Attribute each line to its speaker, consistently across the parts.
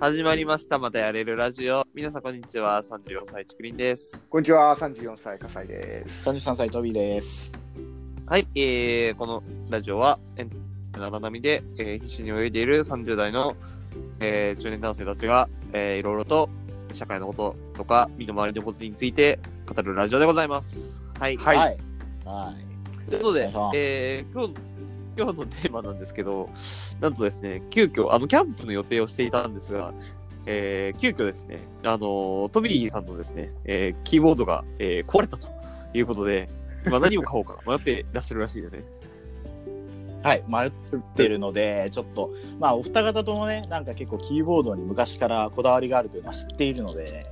Speaker 1: 始まりました。またやれるラジオ。皆さん、こんにちは。34歳、ちくりんです。
Speaker 2: こんにちは、三十四歳笠井です。
Speaker 3: 33歳トビーです。
Speaker 1: はい、えー、このラジオは、エンタの荒波で、えー必死に泳いでいる30代の、えー中年男性たちが、えーいろいろと社会のこととか、身の回りのことについて語るラジオでございます。はい。
Speaker 2: はい
Speaker 3: はい。はい。
Speaker 1: ということで
Speaker 3: お願いしま、す
Speaker 1: えー、今日、今日のテーマなんですけど、なんとですね、急遽、あの、キャンプの予定をしていたんですが、えー、急遽ですね、あのートビーさんのですね、えーキーボードが、えー壊れたということで、今何を買おうか迷ってらっしゃるらしい ですね。
Speaker 3: はい、迷ってるので、ちょっと、まあ、お二方ともね、なんか結構キーボードに昔からこだわりがあるというのは知っているので、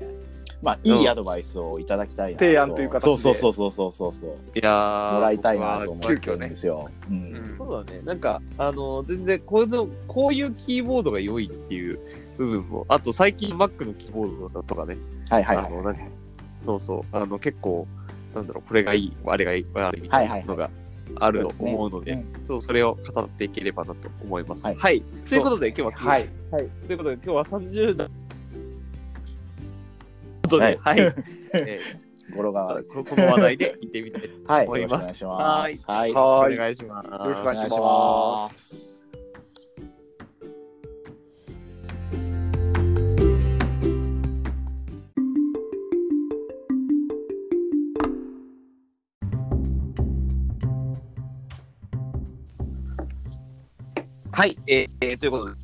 Speaker 3: まあ、いいアドバイスをいただきたいなと。
Speaker 2: 提案という形で
Speaker 3: そうそうそうそうそうそうそう。
Speaker 1: いやー、
Speaker 3: もらいたいなと思
Speaker 1: 僕
Speaker 3: っ
Speaker 1: は
Speaker 3: てるんですよ。うん
Speaker 2: うん
Speaker 1: そうだね、なんか、あのー全然こういうの、こういうキーボードが良いっていう部分も、あと最近 Mac のキーボードとかね、
Speaker 3: はいはい
Speaker 1: あの
Speaker 3: は
Speaker 1: 何そうそう、あの結構、なんだろう、これがいい、あれがいい、あれみた
Speaker 3: はいいは
Speaker 1: な
Speaker 3: いは
Speaker 1: いのがある
Speaker 3: そう
Speaker 1: と
Speaker 3: ですね
Speaker 1: 思うので、
Speaker 3: うん
Speaker 1: ちょっとそれを語っていければなと思います。は。
Speaker 3: はいい
Speaker 1: ということで、今日は、
Speaker 2: は、い。
Speaker 1: ということで、今日は30代。ということで、はい。え
Speaker 3: い。語呂が悪
Speaker 1: ーこ
Speaker 3: い。
Speaker 1: この話題で行ってみたいと
Speaker 3: はい。
Speaker 1: 思い
Speaker 3: よろ
Speaker 1: ま
Speaker 3: しくお願い
Speaker 1: す。
Speaker 3: します。はい。
Speaker 1: は
Speaker 3: お
Speaker 1: ー。
Speaker 2: はいい
Speaker 1: お願いします。
Speaker 2: よろしくお願い
Speaker 3: 願いします。
Speaker 1: はい、えーえーということで、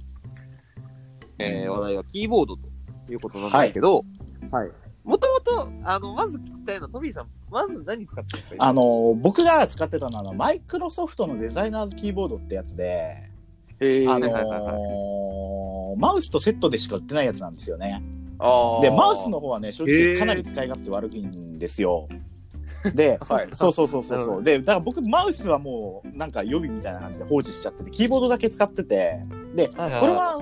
Speaker 1: えー話題はキーボードということなんですけど、
Speaker 2: はいはい
Speaker 1: もともと、あの、まず聞きたいのは、トビーさん、まず何使ってるんですか
Speaker 3: あ、の、僕が使ってたのはあの、マイクロソフトのデザイナーズキーボードってやつで、
Speaker 2: え
Speaker 3: あ
Speaker 2: ー、
Speaker 3: の
Speaker 1: はいはいはい
Speaker 3: ーマウスとセットでしか売ってないやつなんですよね。
Speaker 2: あー
Speaker 3: で、マウスの方はね、正
Speaker 1: へー、
Speaker 3: 直かなり使い勝手悪いんですよ。で
Speaker 1: はい
Speaker 3: そうそうそうそう
Speaker 1: なるほ
Speaker 3: そ
Speaker 1: ど
Speaker 3: う。で、だから僕、マウスはもう、なんか予備みたいな感じで放置しちゃってて、キーボードだけ使ってて、で、こ
Speaker 1: はいはい
Speaker 3: れは、あの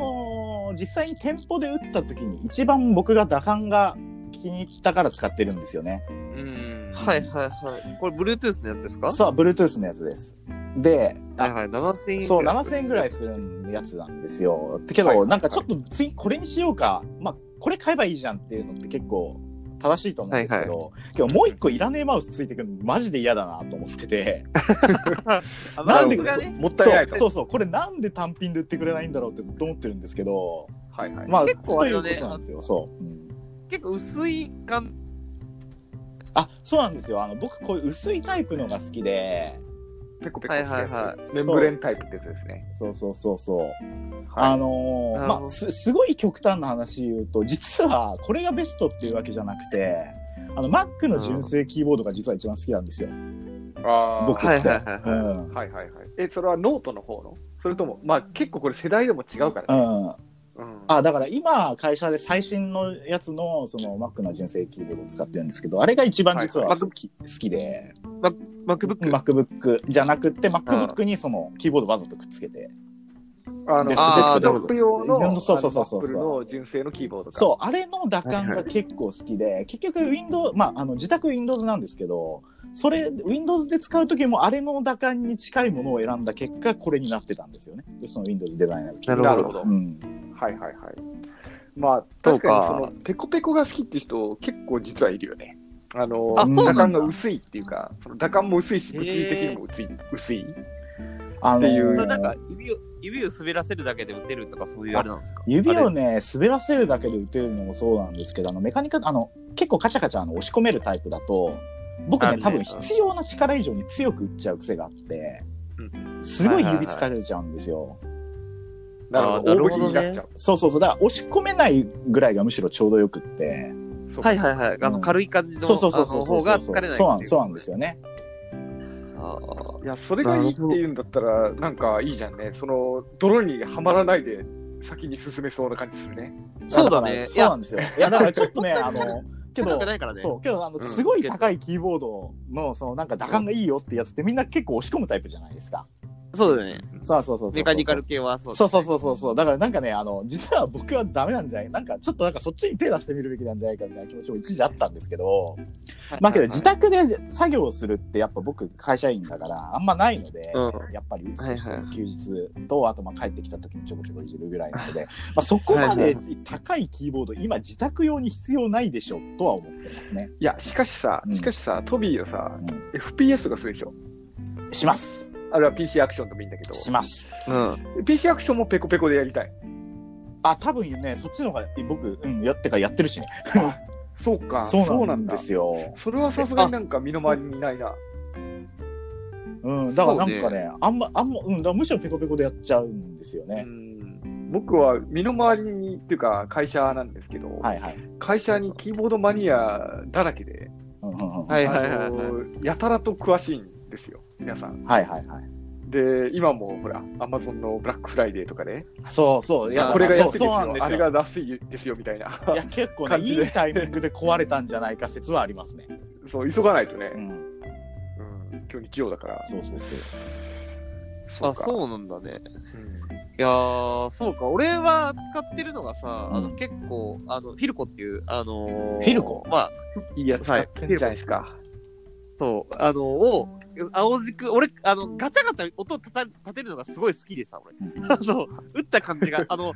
Speaker 3: ー実際に店舗で打った時に、一番僕が打感が気に入ったから使ってるんですよね。
Speaker 2: うん
Speaker 1: はいはいはい。これ、Bluetooth のやつですか
Speaker 3: そう、Bluetooth のやつです。で、
Speaker 1: はいはい、7000円。
Speaker 3: そう、7000円ぐらい。するやつなんですよ。けど、
Speaker 2: はいはいはい
Speaker 3: なんかちょっと次これにしようか、まあ、これ買えばいいじゃんっていうのって結構正しいと思うんですけど、けどもう一個いらねえマウスついてくるのマジで嫌だなと思ってて、
Speaker 1: あ
Speaker 3: なんで、
Speaker 1: マウスが
Speaker 3: そ
Speaker 1: ね
Speaker 3: もったいないとそうそうそう、これなんで単品で売ってくれないんだろうってずっと思ってるんですけど、
Speaker 2: はいはい。
Speaker 3: まあ、
Speaker 1: 結構あれだね
Speaker 3: ということなんですよ。そう。うん
Speaker 1: 結構薄い感
Speaker 3: あ、そうなんですよ。あの、僕、こういう薄いタイプのが好きで、
Speaker 2: ペコペコ
Speaker 1: はい
Speaker 2: して
Speaker 1: はい
Speaker 2: る
Speaker 1: は
Speaker 2: や
Speaker 1: い。
Speaker 2: つ。メンブレンタイプってやつですね。
Speaker 3: そうそうそうそう。あ
Speaker 2: は
Speaker 3: の
Speaker 1: なる
Speaker 3: ー
Speaker 1: ほど
Speaker 3: まあ、すすごい極端な話言うと実はこれがベストっていうわけじゃなくてあの Mac の純正キーボードが実は一番好きなんですよ、
Speaker 2: い。あー
Speaker 3: 僕
Speaker 1: は
Speaker 3: っ
Speaker 1: い
Speaker 3: て。
Speaker 1: はいはいは
Speaker 3: う
Speaker 1: い
Speaker 3: ん
Speaker 2: はいはいはい。え、それはノートの方のそれとも、まあ結構これ世代でも違うから
Speaker 3: う
Speaker 2: ね。
Speaker 3: ん、
Speaker 2: うん
Speaker 3: あだから今会社で最新のやつのその Mac の純正キーボードを使ってるんですけどあれが一番実
Speaker 1: は
Speaker 3: はい好き,、で
Speaker 1: MacBook。
Speaker 3: MacBook じゃなくて MacBook にそのキーボードわざとくっつけて
Speaker 2: あの、デ
Speaker 3: デ
Speaker 2: ス
Speaker 3: ス
Speaker 2: ク
Speaker 3: ク
Speaker 2: トップ用
Speaker 3: なるほ
Speaker 2: の、
Speaker 3: どそうそうそうそう
Speaker 2: アップルの純正のキーボードか。
Speaker 3: そうあれの打感が結構好きで結局 Windows まああの自宅 Windows なんですけどそれ Windows で使う時もあれの打感に近いものを選んだ結果これになってたんですよねその Windows デザイナーの機
Speaker 1: なる
Speaker 2: な
Speaker 1: ほ
Speaker 2: る
Speaker 1: ど
Speaker 2: ほ。ど
Speaker 3: う。ん、
Speaker 2: はいはいはい。まあ、
Speaker 1: そうか
Speaker 2: 確かにその、ペコペコが好きって人、結構実はいるよね。あの、
Speaker 1: あそうなんだ
Speaker 2: 打感が薄いっていうか、その打感も薄いし、物理的にも薄い。薄い
Speaker 3: あの
Speaker 2: っていう
Speaker 1: それなんか指を、指を滑らせるだけで打てるとかそういうあれなんですか
Speaker 3: 指を
Speaker 1: ね。
Speaker 3: ね滑らせるだけで打てるのもそうなんですけどあのメカニカあの結構カチャカチャあの押し込めるタイプだと僕
Speaker 1: あ
Speaker 3: ね
Speaker 1: ね
Speaker 3: 多分必要な力以上に強く打っちゃう癖があって
Speaker 2: う
Speaker 3: すごい指疲れちゃうんですよ。
Speaker 2: なる
Speaker 1: あ
Speaker 2: ほ
Speaker 1: ーな
Speaker 2: ど。
Speaker 1: るほ
Speaker 2: 大振
Speaker 1: ど
Speaker 2: り
Speaker 1: ね
Speaker 2: になっちゃう。
Speaker 3: そうそうそうだから押し込めないぐらいがむしろちょうどよくって。
Speaker 2: そう
Speaker 1: はいはいはい。あの、
Speaker 3: うん
Speaker 1: 軽い感じの
Speaker 3: そうそうそうそう
Speaker 1: あの
Speaker 3: そう
Speaker 1: 方が疲れないってい
Speaker 3: そうなんそうなんです
Speaker 1: よ。
Speaker 3: よね
Speaker 1: あー
Speaker 2: いや、それがいいっていうんだったら、なんかいいじゃんね。その、泥にはまらないで、先に進めそうな感じするね。
Speaker 1: そうだね
Speaker 3: からそうなんですよいやだからちょっ とねあのけ
Speaker 1: 高
Speaker 3: ど
Speaker 1: くないからね
Speaker 3: そうけどあの、
Speaker 2: うん
Speaker 3: すごい高いキーボードのそのなんか打感がいいよってやつってみんな結構押し込むタイプじゃないですか
Speaker 1: そうだよね。
Speaker 2: う
Speaker 3: そうそうそうそう。
Speaker 1: メカニカル系はそうです
Speaker 3: そ
Speaker 1: ね、
Speaker 3: うそうそうそうそう。だからなんかね、あの、実は僕はダメなんじゃないなんかちょっとなんかそっちに手出してみるべきなんじゃないかみたいな気持ちも一時あったんですけど、 まあけど自宅で作業するってやっぱ僕会社員だからあんまないので、
Speaker 1: う
Speaker 3: やっぱり
Speaker 1: はいはい
Speaker 3: 休日とあとまあ帰ってきた時にちょこちょこいじるぐらいな ので、まあそこまで高いキーボード今自宅用に必要ないでしょとは思ってますね。
Speaker 2: いや、しかしさ、
Speaker 3: うん
Speaker 2: しかしさ、トビーはさ、
Speaker 3: うん
Speaker 2: FPS がするでしょ。
Speaker 3: します。
Speaker 2: あれは PC アクションでもいいんだけど、
Speaker 3: します。
Speaker 1: うん。
Speaker 2: PC アクションもペコペコでやりたい。
Speaker 3: あ、多分ね、そっちの方が僕、うん、やってかやってるしね。
Speaker 2: そうか、
Speaker 3: そうなんです
Speaker 2: よ。
Speaker 3: よ。
Speaker 2: それはさすがになんか身の回りにいないな。
Speaker 3: うん、だからなん
Speaker 1: そ
Speaker 3: か
Speaker 1: う
Speaker 3: ね、あんま、あんま、うん、だからむしろペコペコでやっちゃうんですよね。
Speaker 2: うん僕は身の回りにっていうか会社なんですけど、
Speaker 3: はいはい。
Speaker 2: 会社にキーボードマニアだらけで、
Speaker 3: うんうんうん
Speaker 1: はいはいはい
Speaker 2: あ
Speaker 1: はい。
Speaker 2: のやたらと詳しいんですよ、皆さん。
Speaker 3: はいはいはい。
Speaker 2: で、今もほら、アマゾンのブラックフライデーとかね、
Speaker 3: そうそう。いや、
Speaker 1: あ
Speaker 2: これが安いです
Speaker 3: そう
Speaker 2: よ、
Speaker 3: そうなんです
Speaker 2: あれ
Speaker 3: よ。
Speaker 2: が安いですよみたいな、
Speaker 3: いや、結構ね、
Speaker 2: 感じ
Speaker 3: い
Speaker 2: で
Speaker 3: いタイミングで壊れたんじゃないか説はありますね。
Speaker 2: そう急がないとね、
Speaker 3: うん。
Speaker 2: うん今日日曜だから、
Speaker 3: そうそうそう。
Speaker 2: そ
Speaker 1: あ、
Speaker 2: うか
Speaker 1: そうなんだね。
Speaker 2: うん
Speaker 1: いやー、そうか。俺は使ってるのがさ、あ
Speaker 3: う
Speaker 1: の
Speaker 3: ん
Speaker 1: 結構、あの、フィルコっていう、あのー
Speaker 3: フィルコ
Speaker 1: まあ、
Speaker 2: いいやつ使ってんじゃないですか。
Speaker 1: そう、あの、を、青軸、俺、あの、ガチャガチャ音立た立てるのがすごい好きでさ、俺
Speaker 3: う。
Speaker 1: あの、打った感じが、あの、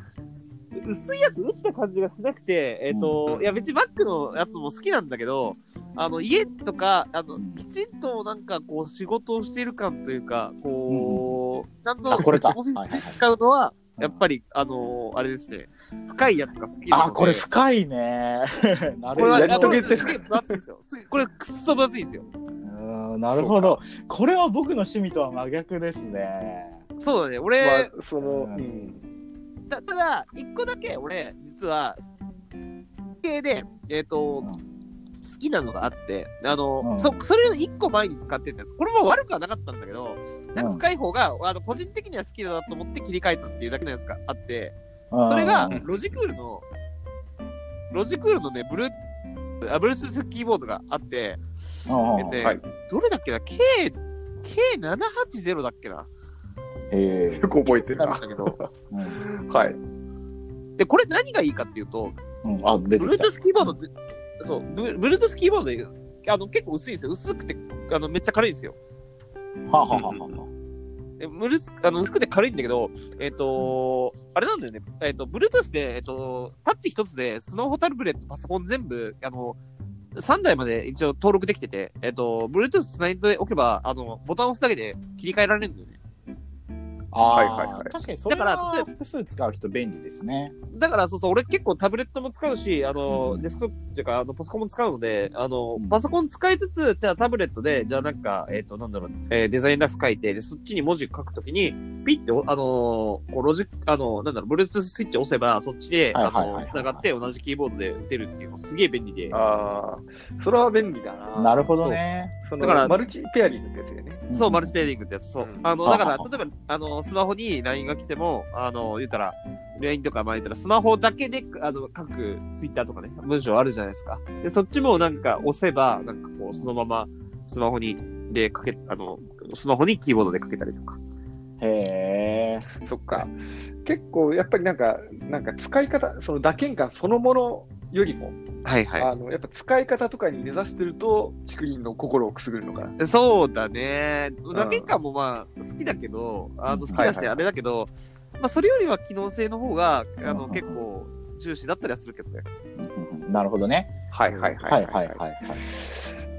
Speaker 1: 薄いやつ打った感じがしなくて、えっ、と、いや、別にバックのやつも好きなんだけど、あの、家とか、あの、きちんとなんかこう、仕事をしている感というか、こう、ちゃんと
Speaker 3: あこれか
Speaker 1: オフィス
Speaker 3: はい
Speaker 1: で
Speaker 3: はいはい
Speaker 1: 使うのは、やっぱり、あのあれですね、深いやつが好きなので
Speaker 3: あ、これ深いね。 なる
Speaker 1: こ
Speaker 3: ほど。
Speaker 1: れは、
Speaker 2: やっと
Speaker 1: こ
Speaker 2: け
Speaker 1: れ
Speaker 2: って
Speaker 1: すげえ分厚いですよ。すこれ、くっそ分厚いですよ。
Speaker 3: うんなるほど。これは僕の趣味とは真逆ですね。
Speaker 1: そうだね、俺、
Speaker 2: まあ、その、
Speaker 3: うん
Speaker 2: うん
Speaker 1: たただ、一個だけ俺、実は、系で、えっ、と、
Speaker 3: う
Speaker 1: 好きなのがあって、あの、
Speaker 3: うん
Speaker 1: そ、それを一個前に使ってたやつ。これも悪くはなかったんだけど、なんか深い方が、あの、個人的には好きだなと思って切り替えたっていうだけのやつがあって、それが
Speaker 3: うん、
Speaker 1: ロジクールの、ロジクールのね、ブルー、あブルーススキーボードがあって、
Speaker 3: うん
Speaker 1: えっとね
Speaker 2: はい
Speaker 1: どれだっけな ?K、K780 だっけな
Speaker 3: へ
Speaker 2: よく覚えてる
Speaker 1: なん
Speaker 2: な。
Speaker 1: だけど。
Speaker 3: ーう ん
Speaker 2: はい。
Speaker 1: で、これ何がいいかっていうと、
Speaker 3: うんあ、出て
Speaker 1: ブ
Speaker 3: き
Speaker 1: ルー
Speaker 3: た
Speaker 1: トゥー。スキーボードって、そう、ブブルートゥースキーボードで、あの、結構薄いんですよ。薄くて、あの、めっちゃ軽いんですよ。
Speaker 3: はあはあはあは
Speaker 1: でブルースあの薄くて軽いんだけど、えっ、とあれなんだよね。えっ、と、ブルートゥースで、えっ、と、タッチ一つで、スマホ、タブレット、パソコン全部、あの、3台まで一応登録できてて、えっ、と、Bluetooth 繋いでおけば、あの、ボタンを押すだけで切り替えられるんだよね。
Speaker 3: あ。
Speaker 2: はいはいはい
Speaker 3: あー確かにそれ
Speaker 1: だから例
Speaker 3: は
Speaker 1: えば
Speaker 3: 複数使う人便利ですね。
Speaker 1: だから、そうそう、俺結構タブレットも使うし、あの、
Speaker 3: うん
Speaker 1: デスクトップっていうか、あの、パソコンも使うので、あの
Speaker 3: うん、
Speaker 1: パソコン使いつつ、じゃあタブレットで、じゃあなんか、えっ、と、なんだろう、えーデザインラフ書いて、で、そっちに文字書くときに、ピッて、おあのーこう、ロジック、あの、なんだろう、ブルートゥーススイッチ押せば、そっちで、
Speaker 3: はい
Speaker 1: あ
Speaker 3: はいはいはい
Speaker 1: の、繋がって同じキーボードで打てるっていうのすげえ便利で。
Speaker 2: ああ、それは便利だな。
Speaker 3: なるほどね。
Speaker 2: その
Speaker 1: だから
Speaker 2: マルチペアリングですよね。
Speaker 1: そう、マル
Speaker 3: チ。
Speaker 1: チペアリングってやつ、そう
Speaker 2: うん。
Speaker 1: あの、だから
Speaker 3: あ、
Speaker 1: 例えば、あの、スマホに LINE が来ても、あの、言うたら、LINE とか、まあ言ったら、スマホだけで、あの、書く Twitter とかね、文章あるじゃないですか。で、そっちもなんか押せば、なんかこう、そのまま、スマホに、で、かけ、あの、スマホにキーボードでかけたりとか。
Speaker 3: へえ。
Speaker 2: そっか。結構、やっぱりなんか、なんか使い方、その打鍵感そのものよりも、
Speaker 1: はいは
Speaker 2: あのやっぱ使い方とかに根ざしてると、竹林の心をくすぐるのかな。
Speaker 1: い。そうだね。
Speaker 2: ん
Speaker 1: ラケンカもまあ、好きだけど、あの、好きだ
Speaker 2: はい
Speaker 1: し、
Speaker 2: はい
Speaker 1: あれだけど、まあ、それよりは機能性の方が、あ
Speaker 3: う
Speaker 1: の、
Speaker 3: ん
Speaker 1: 結構、重視だったりはするけどね。
Speaker 3: なるほどね。
Speaker 2: はいはいは
Speaker 3: はいい
Speaker 2: は
Speaker 3: はいい
Speaker 2: は
Speaker 3: はいい。はい。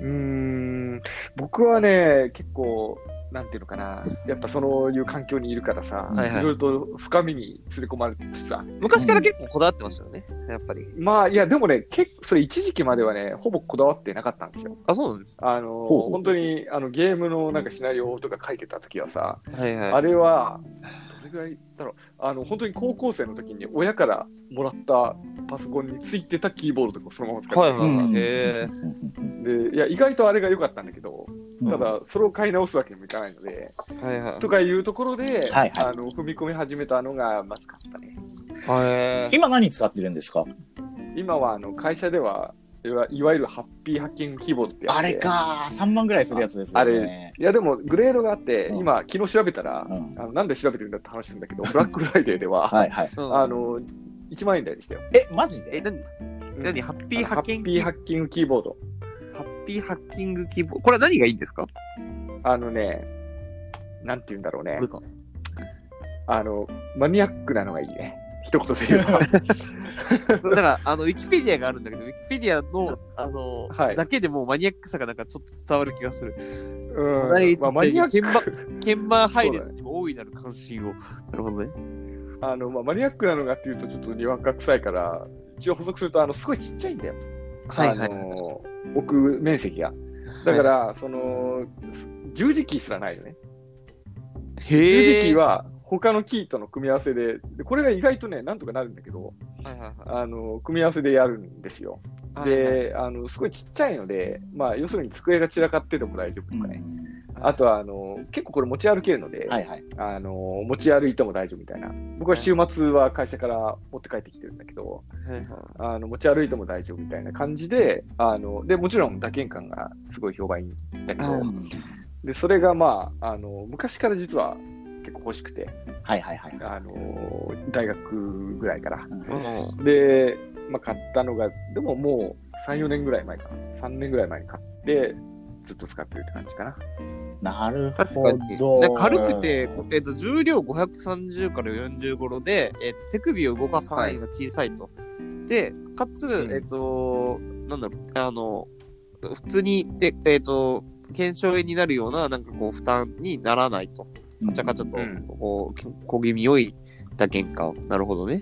Speaker 2: うーん、僕はね、結構、なんていうのかな、やっぱそういう環境にいるからさ、
Speaker 3: はい
Speaker 1: はい
Speaker 2: いろいろと深みに連れ込まれつつある。
Speaker 1: 昔から結構こだわってましたよね。やっぱり。
Speaker 2: まあ、いや、でもね、結構、それ一時期まではね、ほぼこだわってなかったんですよ。
Speaker 1: あ、そうなんです。
Speaker 2: あの、
Speaker 3: ほうほう
Speaker 2: 本当にあのゲームのなんかシナリオとか書いてた時はさ、
Speaker 1: はいはい。
Speaker 2: あれは、どれぐらいだろう、あの、本当に高校生の時に親からもらったパソコンについてたキーボードとかをそのまま使って、
Speaker 1: はいはいはい。へえ。
Speaker 2: で、いや、意外とあれが良かったんだけど、
Speaker 3: うん
Speaker 2: ただ、それを買い直すわけにもいかないので、
Speaker 1: はいはい
Speaker 2: とかいうところで、
Speaker 3: はいはい
Speaker 2: あの踏み込み始めたのがまずかったね。
Speaker 1: はい。
Speaker 3: 今何使ってるんですか
Speaker 2: 今はあの会社ではいわいわゆるハッピーハッキングキーボードってやつで
Speaker 3: あれかー、3万ぐらいするやつですよね。
Speaker 2: あれいやでもグレードがあって、
Speaker 3: うん
Speaker 2: 今昨日調べたら、
Speaker 3: うん
Speaker 2: あのなんで調べてるんだって話なんだけ どブラックフライデーでは、
Speaker 3: はいはい。
Speaker 2: あの1万円台でしたよ、
Speaker 3: え、マジ
Speaker 1: え、
Speaker 3: で
Speaker 1: なに、
Speaker 2: うん
Speaker 1: なに、ハッピー
Speaker 2: ハ
Speaker 1: ハッキ
Speaker 2: ッ
Speaker 1: ング
Speaker 2: ピ
Speaker 1: キ
Speaker 2: ー
Speaker 1: ー
Speaker 2: ハッキングキーボード
Speaker 1: ハッピーハッキングキーボード。これは何がいいんですか
Speaker 2: あのねなんて言うんだろうね
Speaker 1: これか
Speaker 2: あのマニアックなのがいいね一言で言 うと
Speaker 1: だから、あの、ウィキペディアがあるんだけど、ウィキペディアの、あの、
Speaker 2: はい
Speaker 1: だけでもうマニアックさがなんかちょっと伝わる気がする。
Speaker 2: うん
Speaker 1: 第一
Speaker 2: まあマニアッ
Speaker 1: 鍵盤
Speaker 2: ク
Speaker 1: 鍵盤配列にも大いなる関心を。なるほどね。
Speaker 2: あの、まあ、マニアックなのがっていうとちょっとにわか臭いから一応補足するとあのすごいちっちゃいんだよあの置く面積がだから、そのす十字キーすらないよね
Speaker 1: へ
Speaker 2: 十字キ
Speaker 1: え。
Speaker 2: ーは他のキーとの組み合わせででこれが意外とねなんとかなるんだけど
Speaker 1: はいはいは
Speaker 2: あの組み合わせでやるんですよ
Speaker 1: い、はいはい
Speaker 2: であのすごいちっちゃいので、まあ、要するに机が散らかってても大丈夫とかね、
Speaker 1: うん
Speaker 2: あとはあの結構これ持ち歩けるので、
Speaker 3: はいはい。
Speaker 2: あの持ち歩いても大丈夫みたいな僕は週末は会社から持って帰ってきてるんだけど
Speaker 1: はいはい
Speaker 2: あの持ち歩いても大丈夫みたいな感じであのでもちろん打鍵感がすごい評判いいんだけど、
Speaker 3: うん
Speaker 2: でそれが、まあ、あの昔から実は結構欲しくて、
Speaker 3: はいはいはい。
Speaker 2: あの大学ぐらいから。
Speaker 1: うん
Speaker 2: で、まあ、買ったのが、でももう3、4年ぐらい前かな。3年ぐらい前に買って、ずっと使ってるって感じかな。
Speaker 3: なる
Speaker 1: 確
Speaker 3: ほ
Speaker 1: かに。
Speaker 3: ど。
Speaker 1: で軽くて、えっと、重量530から40頃で、えっと、手首を動かす範囲が小さいと。で、かつ、
Speaker 2: うん
Speaker 1: えっと、なんだろう、あの、普通に、でえっと、腱鞘炎になるような、なんかこう、負担にならないと。
Speaker 3: うん、
Speaker 1: カチャカチャと、
Speaker 2: うん
Speaker 1: こう、小気味良い打鍵感。なるほどね。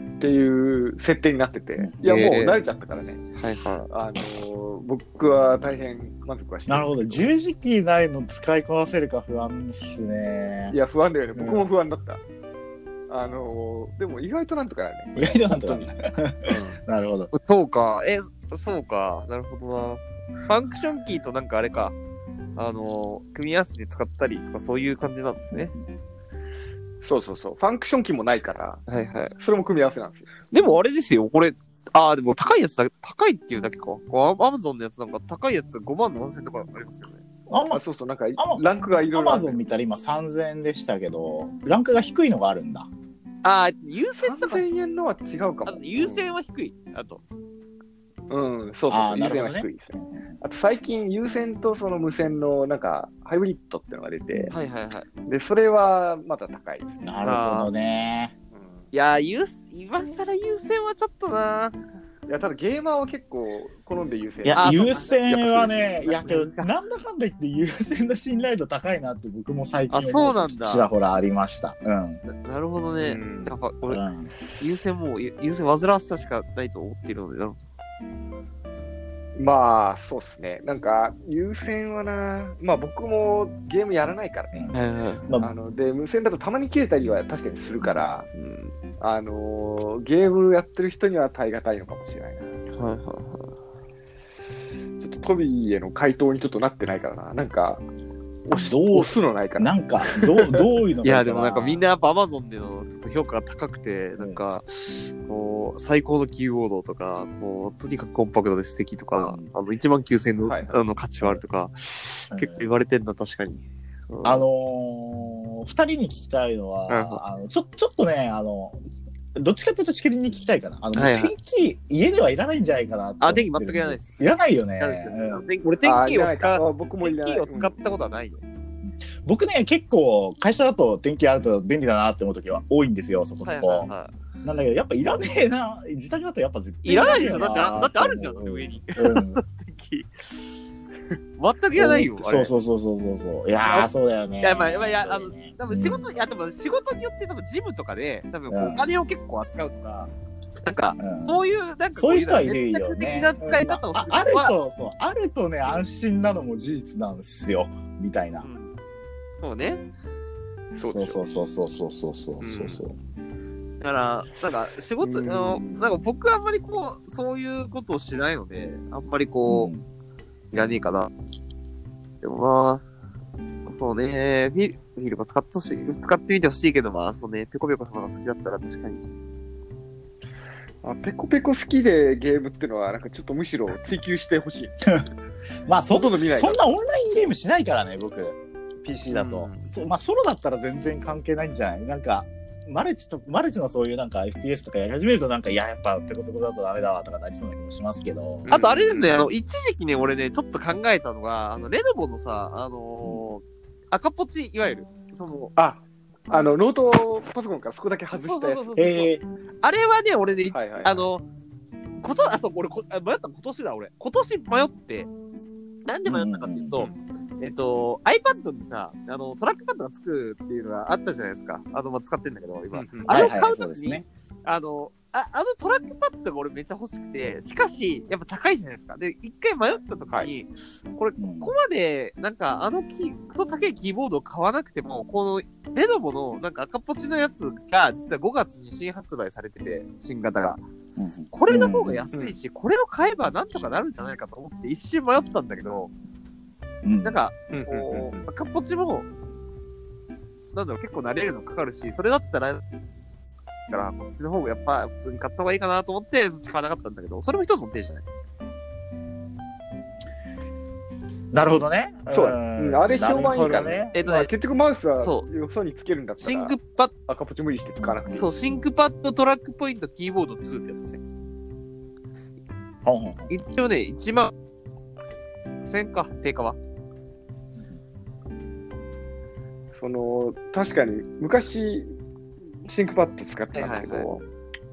Speaker 2: っていう設定になってて、いや、もう慣れちゃったからね。
Speaker 1: はいは
Speaker 2: あの僕は大変満足はして
Speaker 3: なるほど。十字キーないの使いこなせるか不安ですね
Speaker 2: い。や、不安だよね。
Speaker 3: うん
Speaker 2: 僕も不安だった。あのでも意外となんとかだね。
Speaker 3: 意外となんとか
Speaker 2: 本当に
Speaker 1: い。
Speaker 3: なるほど。
Speaker 1: そうか、え、そうか、なるほどな。ファンクションキーとなんかあれか、あの、組み合わせて使ったりとかそういう感じなんですね。
Speaker 2: そうそうそう。ファンクションキーもないから、
Speaker 1: はいはい。
Speaker 2: それも組み合わせなんですよ。
Speaker 1: でもあれですよ、これ、ああ、でも高いやつだ、高いっていうだけか。こうアアマゾンのやつなんか高いやつ5万7千とかありますけどね。
Speaker 2: ま
Speaker 3: あん
Speaker 2: あ、
Speaker 3: ま、
Speaker 2: そうそう、なんか
Speaker 3: あま、
Speaker 2: ランクがいろ
Speaker 3: ア
Speaker 2: いろあ
Speaker 3: マ
Speaker 2: る
Speaker 3: ゾン見たら今3000円でしたけど、ランクが低いのがあるんだ。
Speaker 1: ああ、優先とか、
Speaker 2: 3000円のは違うか
Speaker 1: あ
Speaker 2: も。
Speaker 1: 優先は低い。あと、
Speaker 2: うん、うんそうそう
Speaker 3: あ
Speaker 2: そ
Speaker 3: ー
Speaker 2: う、
Speaker 3: な
Speaker 2: 優
Speaker 3: る
Speaker 2: 先
Speaker 3: ほ
Speaker 2: は
Speaker 3: どね
Speaker 2: 低いですね。あと最近、優先とその無線のなんか、ハイブリッドっていうのが出て、
Speaker 1: はいはいはい。
Speaker 2: で、それはまだ高いですね。
Speaker 3: なるほどね。
Speaker 2: う
Speaker 1: いやー、優先今更優先はちょっとな。
Speaker 2: んいや、ただゲーマーは結構好んで優先。
Speaker 3: いや
Speaker 1: あ、
Speaker 3: 優先はね、い
Speaker 2: そう
Speaker 3: や、
Speaker 2: か
Speaker 3: けど、なんだかんだ言って優先の信頼度高いなって僕も最近
Speaker 1: あそうなんだ
Speaker 3: ちらほらありました。うん。
Speaker 1: ななるほど
Speaker 2: う
Speaker 1: ね。
Speaker 2: ん
Speaker 1: やっぱ
Speaker 3: う
Speaker 1: 俺、
Speaker 3: ん、
Speaker 1: 優先もう、優先煩わせたしかないと思っているので、なるほど
Speaker 2: まあ、そうですね。なんか、優先はな、まあ僕もゲームやらないからね。
Speaker 1: はいはい。
Speaker 3: ま
Speaker 2: あ
Speaker 3: あ、
Speaker 2: ので無線だとたまに切れたりは確かにするから、あのーゲームやってる人には耐え難いのかもしれないな。
Speaker 1: はいはいはい。
Speaker 2: ちょっとトビーへの回答にちょっとなってないからな。なんか、押す
Speaker 3: どう
Speaker 2: 押すのないかな。
Speaker 3: なんか、どう、どういうのが
Speaker 1: いや、でもなんかみんなやっぱ Amazon でのちょっと評価が高くて、なんか、こう、最高のキーボードとか、こう、とにかくコンパクトで素敵とか、
Speaker 3: うん
Speaker 1: あの、1万9000の,、
Speaker 2: はい
Speaker 1: あの価値はあるとか、
Speaker 3: うん
Speaker 1: 結構言われてんな、確かに。うん
Speaker 3: あ、のー、2人に聞きたいのは、
Speaker 1: はいは
Speaker 3: あのちょちょっとね、あの、どっちかというと、チケリンに聞きたいかな。あの、
Speaker 1: はいはい
Speaker 3: 天気、家ではいらないんじゃないかな
Speaker 1: あ電気全くいらない
Speaker 3: で。
Speaker 1: ですす
Speaker 3: いらないよね。
Speaker 1: 嫌ですよね
Speaker 3: うん
Speaker 1: で俺、天
Speaker 2: あーい
Speaker 1: 気
Speaker 2: ら
Speaker 1: を
Speaker 2: ない
Speaker 1: 使
Speaker 2: か
Speaker 1: う、
Speaker 2: あ僕もい
Speaker 1: 天
Speaker 2: らない。
Speaker 1: 気を使ったことはないよ。
Speaker 3: 僕ね、結構、会社だと天気あると便利だなって思う時は多いんですよ、そこそ
Speaker 1: は
Speaker 3: こ。
Speaker 1: いはいは
Speaker 3: なんだけど、やっぱいらねえな。自宅だとやっぱ絶
Speaker 1: い。
Speaker 3: 対
Speaker 1: いらないでしょだ
Speaker 3: ら
Speaker 1: って、あだってあるじゃん、だって上。に。
Speaker 3: うんうん。
Speaker 1: 天気。全く いらないよ、あ
Speaker 3: そ
Speaker 1: れ
Speaker 3: うそうそうそうそうそう。いやー、そうだよね。
Speaker 1: いや、まあ、まあ、いや、あの
Speaker 3: そうだよね、
Speaker 1: 多分仕事、いや、多分仕事によって、多分ジムとかで、多分こう
Speaker 3: うん
Speaker 1: お金を結構扱うとか、なんか、
Speaker 3: うん
Speaker 1: そういう、なんかこ
Speaker 3: そういう人はいる
Speaker 1: 選
Speaker 3: よ
Speaker 1: 択的
Speaker 3: ね。
Speaker 1: な使い方をする
Speaker 3: あある
Speaker 1: 人は、
Speaker 3: と、そう、あるとね、安心なのも事実なんですよ、みたいな
Speaker 1: う。んそうね。
Speaker 2: そう
Speaker 3: そ
Speaker 2: で
Speaker 3: う
Speaker 2: しょ
Speaker 3: そうそうそうそうそうそううんそうそう。
Speaker 1: だから、なんか、仕事、あ
Speaker 2: うん
Speaker 1: の、なんか僕はあんまりこう、そういうことをしないので、あんまりこ
Speaker 3: うん
Speaker 1: う、いらねえかな。でもまあ、そうね、フィル、フィルも使ってほしい、使ってみてほしいけど、まあ、そうね、ペコペコ様が好きだったら確かに。
Speaker 2: ああペコペコ好きでゲームってのは、なんかちょっとむしろ追求してほしい。
Speaker 3: まあ、そ
Speaker 2: 外の未来
Speaker 3: そ
Speaker 2: が
Speaker 3: ん。なオンラインゲームしないからね、僕、PC だと。
Speaker 1: うん
Speaker 3: そまあ、ソロだったら全然関係ないんじゃないなんか、マルチと、マルチのそういうなんか FPS とかやり始めるとなんか、いや、やっぱペコペコだとダメだわとかなりそうな気もしますけど。
Speaker 1: あとあれですね、
Speaker 2: うん
Speaker 1: あの、一時期ね、俺ね、ちょっと考えたのが、あの、レノボのさ、あのー赤ポチ、いわゆる、その、
Speaker 2: あ、あの、ノートパソコンからそこだけ外したやつ。
Speaker 3: ええ
Speaker 1: あれはね、俺ね、一
Speaker 2: はいはいはい
Speaker 1: あの、こと、あ、そう、俺こ、あ迷ったの今年だ、俺。今年迷って、なんで迷ったかっていうと、えっと、iPad にさ、あの、トラックパッドがつくっていうのがあったじゃないですか。あの、まあ、使ってんだけど、今。あれを買うときに、。あの、ああのトラックパッドが俺めっちゃ欲しくて、しかし、やっぱ高いじゃないですか。で、一回迷ったときに、
Speaker 2: は
Speaker 1: これ、こ
Speaker 3: うん
Speaker 1: こまで、なんか、あのキー、クソ高いキーボードを買わなくても、この、レノボの、なんか赤ポチのやつが、実は5月に新発売されてて、新型が。これの方が安いし、これを買えばなんとかなるんじゃないかと思って、一瞬迷ったんだけど、
Speaker 3: うん
Speaker 1: なんか、
Speaker 2: うんうん
Speaker 1: こう、赤ポチも、なんだろう、結構慣れるのかかるし、それだったら、だから、こっちの方がやっぱ普通に買った方がいいかなと思って、そっち買わなかったんだけど、それも一つの手じゃない
Speaker 3: なるほどね。
Speaker 2: そうだ
Speaker 3: ん
Speaker 2: うんあれ評判いいからね
Speaker 3: なるほど
Speaker 1: えっと
Speaker 2: まあ、
Speaker 1: ね、
Speaker 2: 結局マウスは
Speaker 1: そ
Speaker 2: よそにつけるんだった
Speaker 1: シン
Speaker 2: ら
Speaker 1: クパッ、
Speaker 2: 赤ポチ無理して使わなくていい
Speaker 1: そう、シンクパッドトラックポイントキーボード2ってやつですね。
Speaker 3: ほんほん
Speaker 1: 一応ね、1万1000か、定価は。
Speaker 2: その確かに昔シンクパッド使ってたんだけど、
Speaker 1: はいいは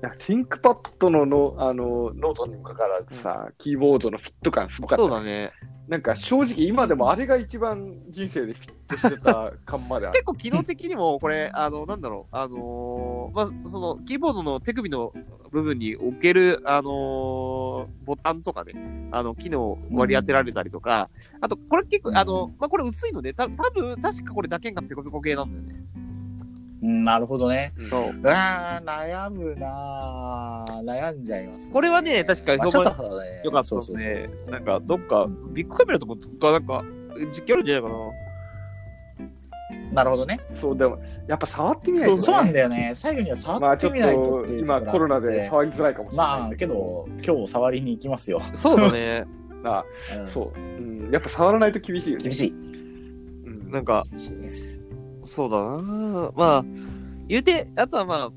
Speaker 2: やシンクパッドののあのノートにもかかわらずさ、キーボードのフィット感すごか
Speaker 1: そう
Speaker 2: った
Speaker 1: だね。
Speaker 2: なんか正直今でもあれが一番人生でフィットしてた 感まである
Speaker 1: 結構機能的にも、これ、あの、なんだろう、あのーまあ、その、キーボードの手首の部分に置ける、あのーボタンとかね、あの、機能を割り当てられたりとか、あと、これ結構、あの、まあ、これ薄いので、た多分確かこれだけがペコペコ系なんだよね。
Speaker 3: うんなるほどね。
Speaker 1: そう。
Speaker 3: うわー悩むなー悩んじゃいます、
Speaker 1: これはね確かに
Speaker 3: まあちょ
Speaker 1: 評
Speaker 3: っ
Speaker 1: 判
Speaker 3: とね
Speaker 1: よかった
Speaker 3: そう
Speaker 1: で
Speaker 3: そ
Speaker 1: す
Speaker 3: うそう
Speaker 1: ね。なんか、どっか、ビッグカメラとか、なんか、実況あるんじゃないかな。
Speaker 3: なるほどね。
Speaker 2: そうでもやっぱ触ってみない
Speaker 3: そ
Speaker 2: と、
Speaker 3: う
Speaker 2: ね、
Speaker 3: そうなんだよね。最後には
Speaker 2: ま
Speaker 3: 触
Speaker 2: あ
Speaker 3: っ
Speaker 2: ち
Speaker 3: て
Speaker 2: ょっ
Speaker 3: みないとっ
Speaker 2: と
Speaker 3: ていうところ
Speaker 2: 今
Speaker 3: があって
Speaker 2: コロナで触りづらいかもしれない
Speaker 3: ま
Speaker 2: ん
Speaker 3: あ
Speaker 2: だ
Speaker 3: けど今日触りに行きますよ。
Speaker 1: そうだ ね。
Speaker 2: なあ
Speaker 3: うん
Speaker 2: そう、うん、やっぱ触らないと厳しいよね
Speaker 3: 厳しい。
Speaker 2: うん
Speaker 1: なんか、
Speaker 3: 厳しいです。
Speaker 1: そうだなまあ、言うて、あとはまあ、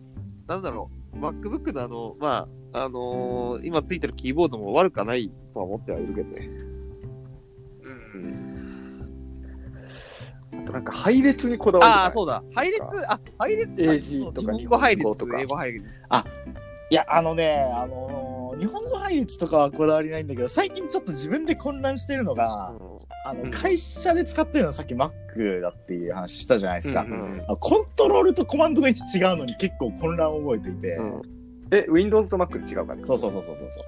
Speaker 1: なんだろう、MacBook のあの、まあ、あのー今ついてるキーボードも悪くはないとは思ってはいるけどね。
Speaker 2: うんあとなんか配列にこだわる
Speaker 1: ああ、そうだ。配列、あ、配列
Speaker 2: AG
Speaker 1: そう
Speaker 2: とか
Speaker 1: 日本語配
Speaker 2: 日
Speaker 1: 列
Speaker 2: 本語とか
Speaker 1: 英語配列。
Speaker 3: いやあのねあのー日本の配列とかはこだわりないんだけど最近ちょっと自分で混乱してるのが、あ
Speaker 2: う
Speaker 3: の
Speaker 2: ん
Speaker 3: 会社で使ってるのはさっき Mac だっていう話したじゃないですか。
Speaker 2: うんうんうん
Speaker 3: あコントロールとコマンドの位置違うのに結構混乱を覚えていて、
Speaker 1: うん
Speaker 2: え、Windows と Mac で違うから
Speaker 3: そうそうそうそうそうそう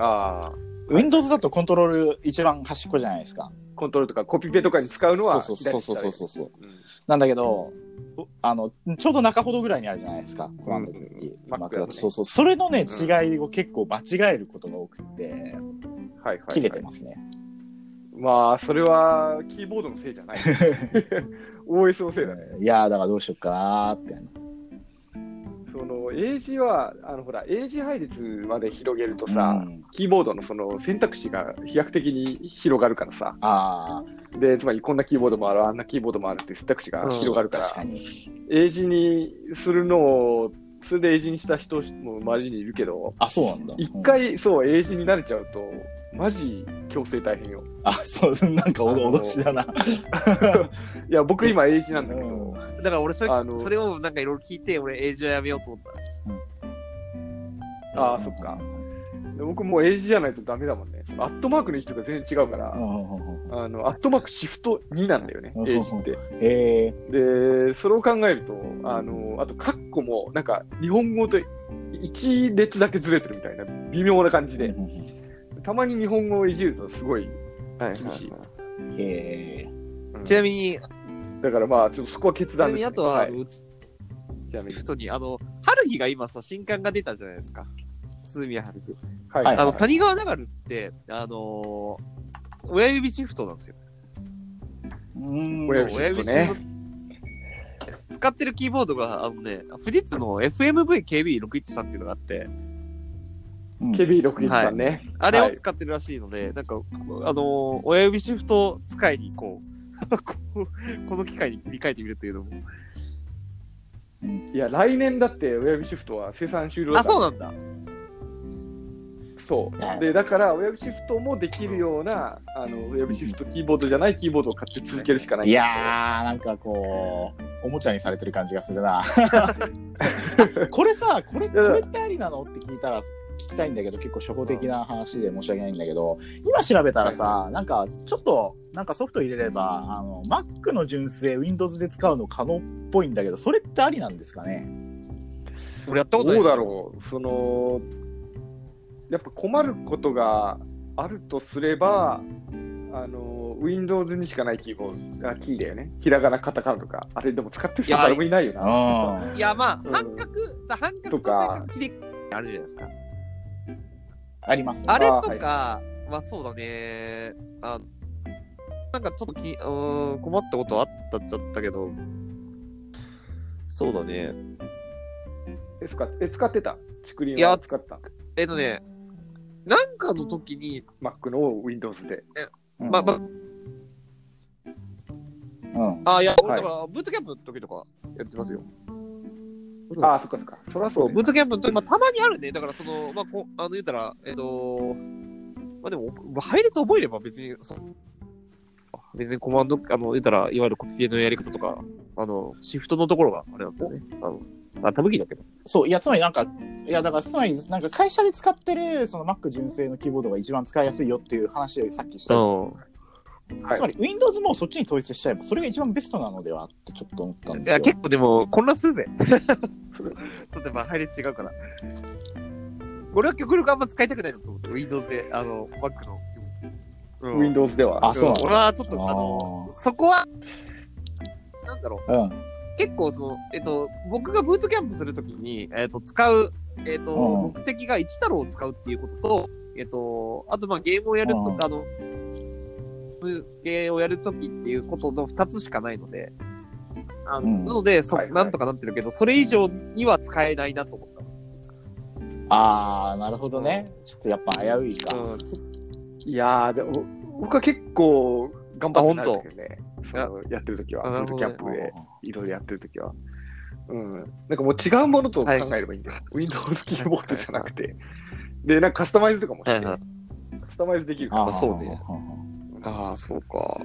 Speaker 2: ああ、
Speaker 3: Windows だとコントロール一番端っこじゃないですか
Speaker 2: コントロールとかコピペとかに使うのは
Speaker 3: そうそうそうそうそうそう
Speaker 2: 左利き
Speaker 3: なんだけどおあのちょうど中ほどぐらいにあるじゃないですかコマンドの位置
Speaker 2: うん Mac だとね
Speaker 3: Mac だとそうそうそれのね
Speaker 2: う
Speaker 3: 違いを結構間違えることが多くて
Speaker 2: うんはいはいはい。
Speaker 3: 切れてますね、
Speaker 2: まあ、それはキーボードのせいじゃ ない。OS のせいだね。
Speaker 3: うんいやーだからどうしよっかなーって
Speaker 2: その AG は、あのほら、AG 配列まで広げるとさ、
Speaker 3: うん
Speaker 2: キーボードのその選択肢が飛躍的に広がるからさ、
Speaker 3: あ
Speaker 2: で、つまりこんなキーボードもある、あんなキーボードもあるっていう選択肢が広がる
Speaker 3: あ
Speaker 2: から、
Speaker 3: 確かに
Speaker 2: 英字にするのを、それで英字にした人も周りにいるけど、
Speaker 3: あそうなんだ
Speaker 2: 一
Speaker 3: うん
Speaker 2: 回、そう、英字に慣れちゃうと、マジ強制大変よ。
Speaker 3: あそうなんかおど
Speaker 2: あの
Speaker 3: 脅しだな
Speaker 2: いや、僕今英字なんだけ
Speaker 3: う
Speaker 2: ど
Speaker 3: ん、
Speaker 1: だから俺それ、
Speaker 2: あの
Speaker 1: それをなんかいろいろ聞いて、俺、英字をやめようと思った。
Speaker 2: ああ、そっか。僕もう英字じゃないとダメだもんね。そのアットマークの位置とか全然違うか
Speaker 3: う
Speaker 2: ら、
Speaker 3: んうんうんうん
Speaker 2: あの、アットマークシフト2なんだよね
Speaker 3: う、ん
Speaker 2: 英字って。
Speaker 3: えー
Speaker 2: で、それを考えると、あの、あと、カッコも、なんか、日本語と1列だけずれてるみたいな、微妙な感じで、たまに日本語をいじるとすごい
Speaker 1: はい
Speaker 2: 厳しい
Speaker 3: え
Speaker 1: ちなみに、
Speaker 2: だからまあ、ちょっとそこは決
Speaker 1: ちな
Speaker 2: 断
Speaker 1: み
Speaker 2: です、
Speaker 1: に
Speaker 2: ね。
Speaker 1: あとは、
Speaker 2: はい
Speaker 1: あの
Speaker 2: ちなみに
Speaker 1: ふとに、あの、春日が今さ、新刊が出たじゃないですか。鈴宮春日。
Speaker 2: はい
Speaker 3: はい
Speaker 1: あの、谷川流って、あのー親指シフトなんですよ。
Speaker 3: ーうん
Speaker 2: 親指シフトね
Speaker 1: 親指シフト使ってるキーボードが、あのね、富士通の FMVKB613 っていうのがあって、
Speaker 3: うん、
Speaker 2: KB61 さんね。
Speaker 1: あれを使ってるらしいので、なんか、あのー親指シフト使いにこう、 こうこの機械に切り替えてみるというのも。
Speaker 2: いや、来年だって親指シフトは生産終了だ
Speaker 1: あ、
Speaker 2: から
Speaker 1: そうなんだ。
Speaker 2: そう。で、だから、親指シフトもできるような、あの、親指シフトキーボードじゃないキーボードを買って続けるしかない。
Speaker 3: いやー、なんかこう、おもちゃにされてる感じがす るな。これさ、これ、これってありなのって聞いたら、聞きたいんだけど、結構初歩的な話で申し訳ないんだけど、今調べたらさ、なんかちょっと、なんかソフト入れれば、あの、Mac の純正、Windows で使うの可能っぽいんだけど、それってありなんですかね
Speaker 1: 俺やった
Speaker 2: ど
Speaker 1: ことないう
Speaker 2: だろう。その、やっぱ困ることがあるとすれば、あの、Windows にしかないキーボード、あキーだよね。ひらがな、カタカナとか、あれでも使ってる人
Speaker 1: いや
Speaker 2: 誰もいないよな。
Speaker 3: ん
Speaker 1: いや、まあ、
Speaker 2: うん
Speaker 1: 半角、半角
Speaker 2: とか
Speaker 1: 三角切りあるじゃないですか。
Speaker 3: ありますね。
Speaker 1: あれとかはそうだね。あなんかちょっときうーん困ったことあったっちゃったけど、そうだね。
Speaker 2: え使っえ使ってた竹
Speaker 1: い
Speaker 2: 林は
Speaker 1: や
Speaker 2: 使った。
Speaker 1: えっとね、なんかの時に、
Speaker 2: Mac の Windows で。
Speaker 3: うん
Speaker 1: まあ、ま
Speaker 3: うん。
Speaker 1: あ、あ、いや、
Speaker 2: は
Speaker 1: 俺
Speaker 2: い
Speaker 1: だから、ブートキャンプの時とかやってますよ。うん
Speaker 2: ああ、そっかそっか。そりゃそ
Speaker 1: そうう、
Speaker 2: だ
Speaker 1: ブ
Speaker 2: よ
Speaker 1: ートキャンプの時、まあ、たまにあるね。だから、その、まあ、こあの、言ったら、えっと、まあでも、まあ配列覚えれば別に、そ別にコマンド、あの、言ったら、いわゆるコピペのやり方とか、あの、シフトのところが、あれなんだよね。あの、あ、タブキーだけど。
Speaker 3: そう、いや、つまりなんか、いや、だから、つまり、なんか会社で使ってる、その Mac 純正のキーボードが一番使いやすいよっていう話をさっきした
Speaker 1: うん。
Speaker 2: はい
Speaker 3: つまり Windows もそっちに統一しちゃえばそれが一番ベストなのではってちょっと思ったん
Speaker 1: い
Speaker 3: です
Speaker 1: や、
Speaker 3: よ。
Speaker 1: 結構でも、混乱す るぜ。ちょっとまあ配列違うから。俺は極力あんま使いたくないなと思って、Windows で、あの、Mac の。うん
Speaker 2: Windows では。
Speaker 3: あそうなんだ
Speaker 1: 俺はちょっと、あの、
Speaker 3: 構
Speaker 1: そこは、なんだろう。
Speaker 3: うん、
Speaker 1: 結構その、えっと、僕がブートキャンプするときに、えっと、使う、えっと、
Speaker 3: うん
Speaker 1: 目的が一太郎を使うっていうことと、えっと、あとまあゲームをやると
Speaker 3: うん
Speaker 1: か、あの、系をやるときっていうことの二つしかないので、あの、
Speaker 3: うん
Speaker 1: なので、そ、
Speaker 2: はいはい
Speaker 1: なんとかなってるけど、それ以上には使えないなと思った。
Speaker 3: ああなるほどねちょっとやっぱ危ういか、
Speaker 1: うん
Speaker 2: いやーでも、僕は結構頑張ってたんだけどね。そ
Speaker 1: あ
Speaker 2: のやってる時は、
Speaker 1: あ
Speaker 2: ブ
Speaker 1: な
Speaker 2: ー
Speaker 1: る
Speaker 2: ト
Speaker 1: ほ
Speaker 2: キ
Speaker 1: ど
Speaker 2: ャ
Speaker 1: ね
Speaker 2: ンプでいろいろやってる時は。うん。なんかもう違うものと考えればいいんだよ。Windows キーボードじゃなくて。で、なんかカスタマイズとかもして、
Speaker 1: はいはい
Speaker 2: カスタマイズできるから。
Speaker 1: あそうね
Speaker 3: うん
Speaker 1: ああ、そうか。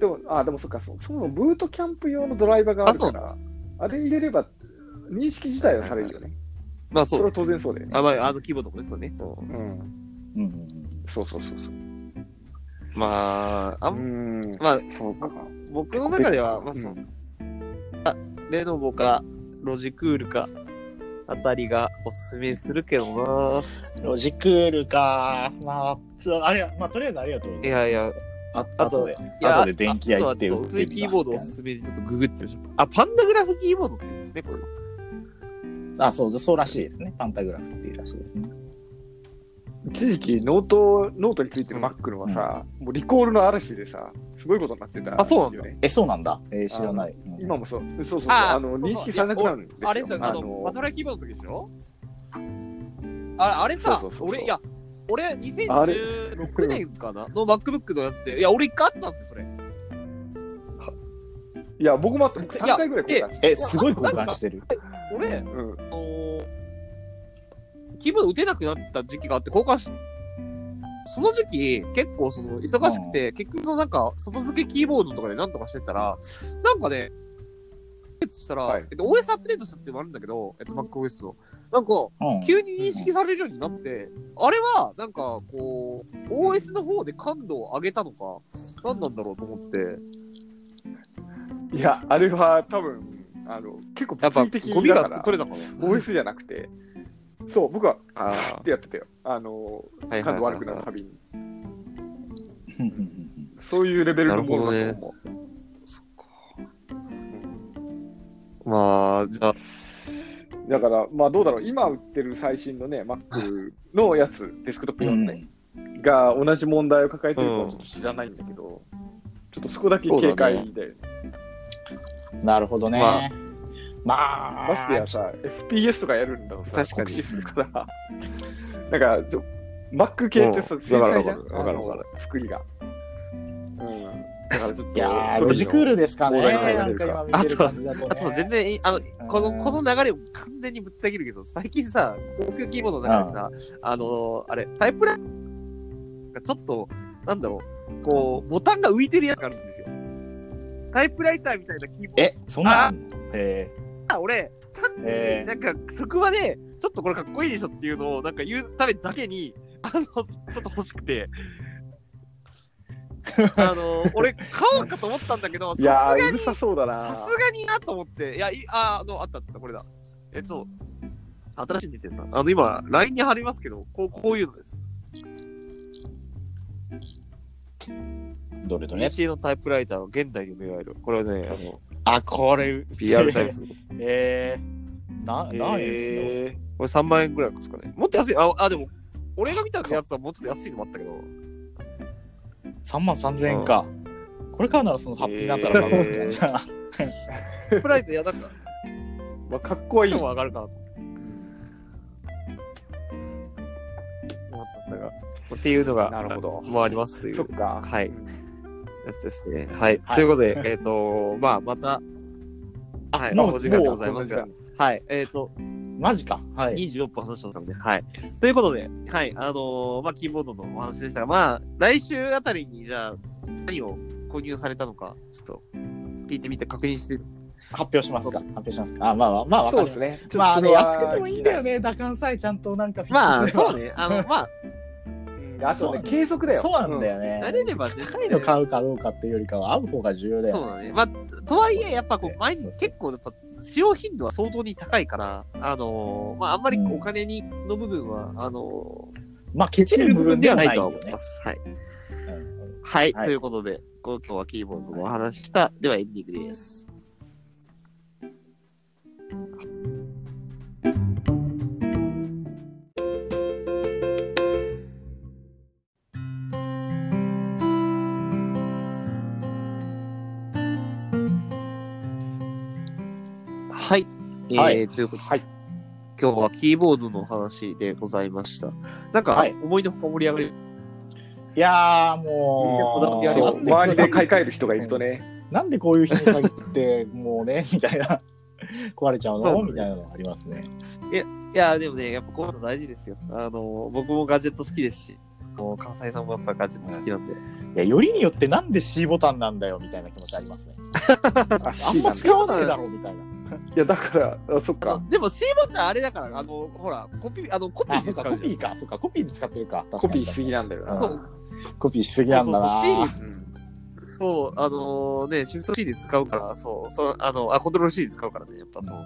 Speaker 2: でも、あ、でもそっか、そうそもそもブートキャンプ用のドライバーがあるから、あれ入れれば、認識自体はされるよね。
Speaker 1: まあそ
Speaker 2: それ
Speaker 1: う
Speaker 2: は。当然そうだよね。
Speaker 1: あ、まあ、あの規模とかね、そうね。うん
Speaker 2: うん。
Speaker 3: うんうん
Speaker 2: そうそうそうそう。
Speaker 1: まあ、あん
Speaker 2: うん。
Speaker 1: まあ、
Speaker 2: そうか。
Speaker 1: 僕の中では、まあそうう、
Speaker 2: ん
Speaker 1: レノボかロジクールかあたりがおすすめするけど
Speaker 3: ロジクールかまあそうあれまあとりあえずありがとうござい
Speaker 1: な。
Speaker 3: ま
Speaker 1: い
Speaker 3: す
Speaker 1: やいや、
Speaker 3: あ
Speaker 1: あと
Speaker 3: 後で
Speaker 1: いや
Speaker 3: 後で電気屋行って
Speaker 1: あとはちょと
Speaker 3: 売っ
Speaker 1: 薄
Speaker 3: て
Speaker 1: い
Speaker 3: み
Speaker 1: キー
Speaker 3: ま
Speaker 1: ボ
Speaker 3: す
Speaker 1: ードおすすめでちょっとググってみましょう。あ、パンダグラフキーボードって言うんですね、これ。
Speaker 3: あそうそうらしいですねパンタグラフっていうらしいですね
Speaker 2: 一時期ノート、ノートについてる Mac のはさ、もうリコールの嵐でさ、すごいことになってた。
Speaker 1: あそうなんだ
Speaker 2: よね。
Speaker 3: えそうなんだえー知らないうん
Speaker 2: 今もそう。そうそうそう。
Speaker 1: あ
Speaker 2: あの、
Speaker 1: そうそう
Speaker 2: 認識されなくなるんですよ。
Speaker 1: あれさ、あの、バトラーキーボードの時でしょああれさ、
Speaker 2: そうそうそうそう
Speaker 1: 俺、いや、俺、
Speaker 2: あれ
Speaker 1: 2016年かなの MacBook のやつで、いや、俺一回あったんですよ、それ。
Speaker 2: いや、僕もあった。僕
Speaker 1: いや
Speaker 2: 3回ぐらい交換して。
Speaker 3: えすごい交換してる
Speaker 1: 俺、
Speaker 2: うん。
Speaker 1: あのーキーボード打てなくなった時期があって、交換し、その時期、結構その、忙しくて、結局そのなんか、外付けキーボードとかでなんとかしてたら、なんかね、アップデートしたら、
Speaker 2: はい
Speaker 1: えっと、OS アップデートしたっていうのもあるんだけど、えっと、MacOS の。なんか、
Speaker 3: うん
Speaker 1: 急に認識されるようになって、あれは、なんか、こう、OS の方で感度を上げたのか、何なんだろうと思って、
Speaker 2: いや、あれは多分、あの、結構
Speaker 1: やっぱ、
Speaker 2: 物理的
Speaker 1: ゴミ
Speaker 2: だか
Speaker 1: が
Speaker 2: ら、
Speaker 1: 取れたかな。
Speaker 2: OS じゃなくて、そう、僕は、
Speaker 1: あ
Speaker 2: っ、てやってたよ。あの、
Speaker 1: はい
Speaker 2: 感度悪くなるたびに。
Speaker 3: うんうんうん
Speaker 2: そういうレベルのものだ
Speaker 1: な
Speaker 2: と
Speaker 1: る
Speaker 2: 思う。
Speaker 1: そっか。まあ、じゃあ、
Speaker 2: だから、まあどうだろう、今売ってる最新のね、Mac のやつ、デスクトップ
Speaker 3: う
Speaker 2: 用の
Speaker 3: ん
Speaker 2: ね、が同じ問題を抱えてるかはちょっと知らないんだけど、ちょっとそこだけ警戒で、
Speaker 3: なるほどね。
Speaker 1: まあ
Speaker 3: まあ、
Speaker 2: ましてやさ、FPS とかやるんだとさ、
Speaker 1: 確かに
Speaker 2: 酷使するから。 なんか、ちょ Mac 系ってさ、
Speaker 1: うん
Speaker 2: 繊細じゃん
Speaker 1: わかるわかるわかる
Speaker 2: あの作りが。うん。だからちょっと、
Speaker 3: いやー、
Speaker 2: ど
Speaker 3: ロ
Speaker 2: れにも
Speaker 3: ジクールですかね。
Speaker 2: 膨大な
Speaker 3: な
Speaker 2: 流
Speaker 3: ん
Speaker 2: れ
Speaker 3: か
Speaker 2: が
Speaker 3: 今見てる感じだと、ね。
Speaker 1: あと全然いい、あの、この、この流れを完全にぶった切るけど、最近さ、航空キーボードの中でさ、あのー、あれ、タイプライがちょっと、なんだろう、こう、ボタンが浮いてるやつがあるんですよ。タイプライターみたいなキーボード
Speaker 3: え、そんなんあんのえ
Speaker 1: が、俺、単純
Speaker 3: え
Speaker 1: になんか、職場で、ちょっとこれかっこいいでしょっていうのを、なんか言うためだけに、あの、ちょっと欲しくて、あのー、俺、買おうかと思ったんだけど、さす
Speaker 2: いや
Speaker 1: が
Speaker 2: ー、
Speaker 1: に
Speaker 2: うる、さそうだな。
Speaker 1: さすがになと思って、いや、いあー、あの、あったあった、これだ。えっと、新しいの出てるな。あの、今、LINE に貼りますけど、こう、こういうのです。
Speaker 3: ー、どれどれ
Speaker 1: PC のタイプライターは現代に蘇る。これはね、あの、
Speaker 3: あ、これ、
Speaker 1: PR タイプ。
Speaker 3: えー、な、何円ですの、
Speaker 2: え
Speaker 1: これ3万円ぐらいですかね。もっと安い。あ、あでも、俺が見たやつはもうちょっと安いのもあったけど。
Speaker 3: ?3 万3000円か。これ買うならそのハッピーなったら買おうみたいな。
Speaker 1: タイプライター、いや、なん か、
Speaker 2: ーまあ、かっこいい
Speaker 1: で。も上がるかなと思ったが。っていうのが、
Speaker 2: なるほど
Speaker 1: もうありますという。
Speaker 2: そっか。
Speaker 1: はい
Speaker 2: うん。
Speaker 1: やつですね。はい。
Speaker 3: はい
Speaker 1: ということで、 えっ、と、まあ、また、はい、
Speaker 3: もう
Speaker 1: お時間でございますが
Speaker 2: もうこんな時、
Speaker 1: はい、えっ、と、
Speaker 3: マジか。はい。
Speaker 1: 26分話しましたので、はい。ということで、はい、あのーまあ、キーボードのお話でしたが、まあ、来週あたりに、じゃあ、何を購入されたのか、ちょっと、聞いてみて、確認して、
Speaker 3: 発表しますか。発表しますか。あ、まあまあ、まあ、わか
Speaker 2: そう
Speaker 3: りま
Speaker 2: ですす。ね。
Speaker 3: まあ、あの、安くてもいいんだよ
Speaker 2: ね。
Speaker 3: ね。打感さえちゃんとなんかフィ
Speaker 1: ま
Speaker 3: ッ
Speaker 1: あ、
Speaker 3: クスすれ ば
Speaker 1: そうね、あの、まあ、
Speaker 2: うんあとね、継続だよ。
Speaker 3: そうなんだ
Speaker 2: よ。
Speaker 3: よね。
Speaker 1: 慣れれば絶
Speaker 3: 高
Speaker 1: 対
Speaker 3: いの買うかどうかっていうよりかは、合う方が重要だよね。
Speaker 1: そうだね。まあ、とはいえ、やっぱこう、毎日
Speaker 3: そうそう
Speaker 1: 結構、やっぱ、使用頻度は相当に高いから、あのーまあ、あんまりこう
Speaker 3: うん
Speaker 1: お金に、の部分は、あのー
Speaker 3: まあ、ケチる部分ではないよね。
Speaker 1: す。はい。
Speaker 3: うん
Speaker 1: はい、
Speaker 3: はい
Speaker 1: ということで、こう今日はキーボードのお話した、ではエンディングです。はい、えー
Speaker 3: はい
Speaker 1: ということで、
Speaker 2: はい
Speaker 1: 今日はキーボードのお話でございました。なんか、
Speaker 3: はい
Speaker 1: 思いのほか盛り上がり
Speaker 3: いやー、もう、
Speaker 1: いや
Speaker 2: そう
Speaker 1: こだ
Speaker 2: 周りで買い替える人がいるとね。
Speaker 3: なんでこういう日に限って、もうね、みたいな、壊れちゃう
Speaker 1: そうだ
Speaker 3: の
Speaker 1: ね
Speaker 3: みたいなのありますね。
Speaker 1: いや、でもね、やっぱこういうの大事ですよ。あの、僕もガジェット好きですし、もう関西さんもやっぱガジェット好きなんで。
Speaker 3: いや、よりによってなんで C ボタンなんだよ、みたいな気持ちありますね。
Speaker 2: あ、
Speaker 3: あん
Speaker 2: C な
Speaker 3: ま
Speaker 2: んだ。
Speaker 3: 使わないだろう、みたいな。
Speaker 2: いや、だから、あそっ
Speaker 1: あ
Speaker 2: か。
Speaker 1: のでも C ボタンあれだから、あの、ほら、コピー、あの、コピー
Speaker 3: あ、
Speaker 1: で
Speaker 3: そっ
Speaker 1: 使
Speaker 3: か、
Speaker 1: うじゃ
Speaker 3: コ
Speaker 1: ん
Speaker 3: ピーか、そっか、コピーで使ってるか。
Speaker 2: コピーしす
Speaker 3: ぎ。
Speaker 2: ぎなんだよな。
Speaker 1: そうう。
Speaker 3: コピーしすぎなんだな。
Speaker 1: そうそうそ
Speaker 2: ん
Speaker 1: そう、あのね、シフト C で使うから、そう、そうあの、あ、コントロール C で使うからね、やっぱそう。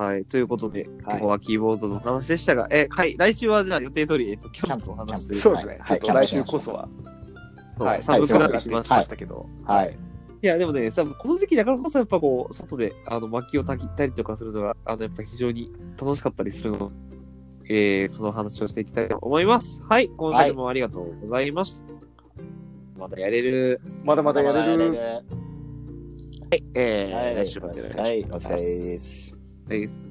Speaker 1: はい、ということで、今日はキーボードのお話でしたが、え、はい、来週はじゃあ予定通り、えっと、キャンプの話という
Speaker 2: そ
Speaker 1: か
Speaker 2: うですね。ち
Speaker 3: は
Speaker 2: ょ
Speaker 3: い
Speaker 2: っと来週こそは、
Speaker 1: そう
Speaker 2: はい
Speaker 1: 寒
Speaker 3: い
Speaker 1: く
Speaker 2: 少
Speaker 1: な
Speaker 2: な
Speaker 1: っ
Speaker 2: く
Speaker 1: て
Speaker 2: なっ
Speaker 1: き
Speaker 2: てき
Speaker 1: ま
Speaker 2: ま
Speaker 1: し。
Speaker 2: した
Speaker 1: い
Speaker 2: たけど。
Speaker 3: はい。
Speaker 1: や、でもね、さこの時期だからこそ、やっぱこう、外で、あの、薪を焚いたりとかするのが、あの、やっぱ非常に楽しかったりするので、えー、その話をしていきたいと思います。はい、今週もありがとうございました。まだやれる。
Speaker 2: まだまだやれる。
Speaker 1: えー、
Speaker 3: はい。
Speaker 1: 来週までお願いします。
Speaker 3: はい、お疲れです。
Speaker 1: はい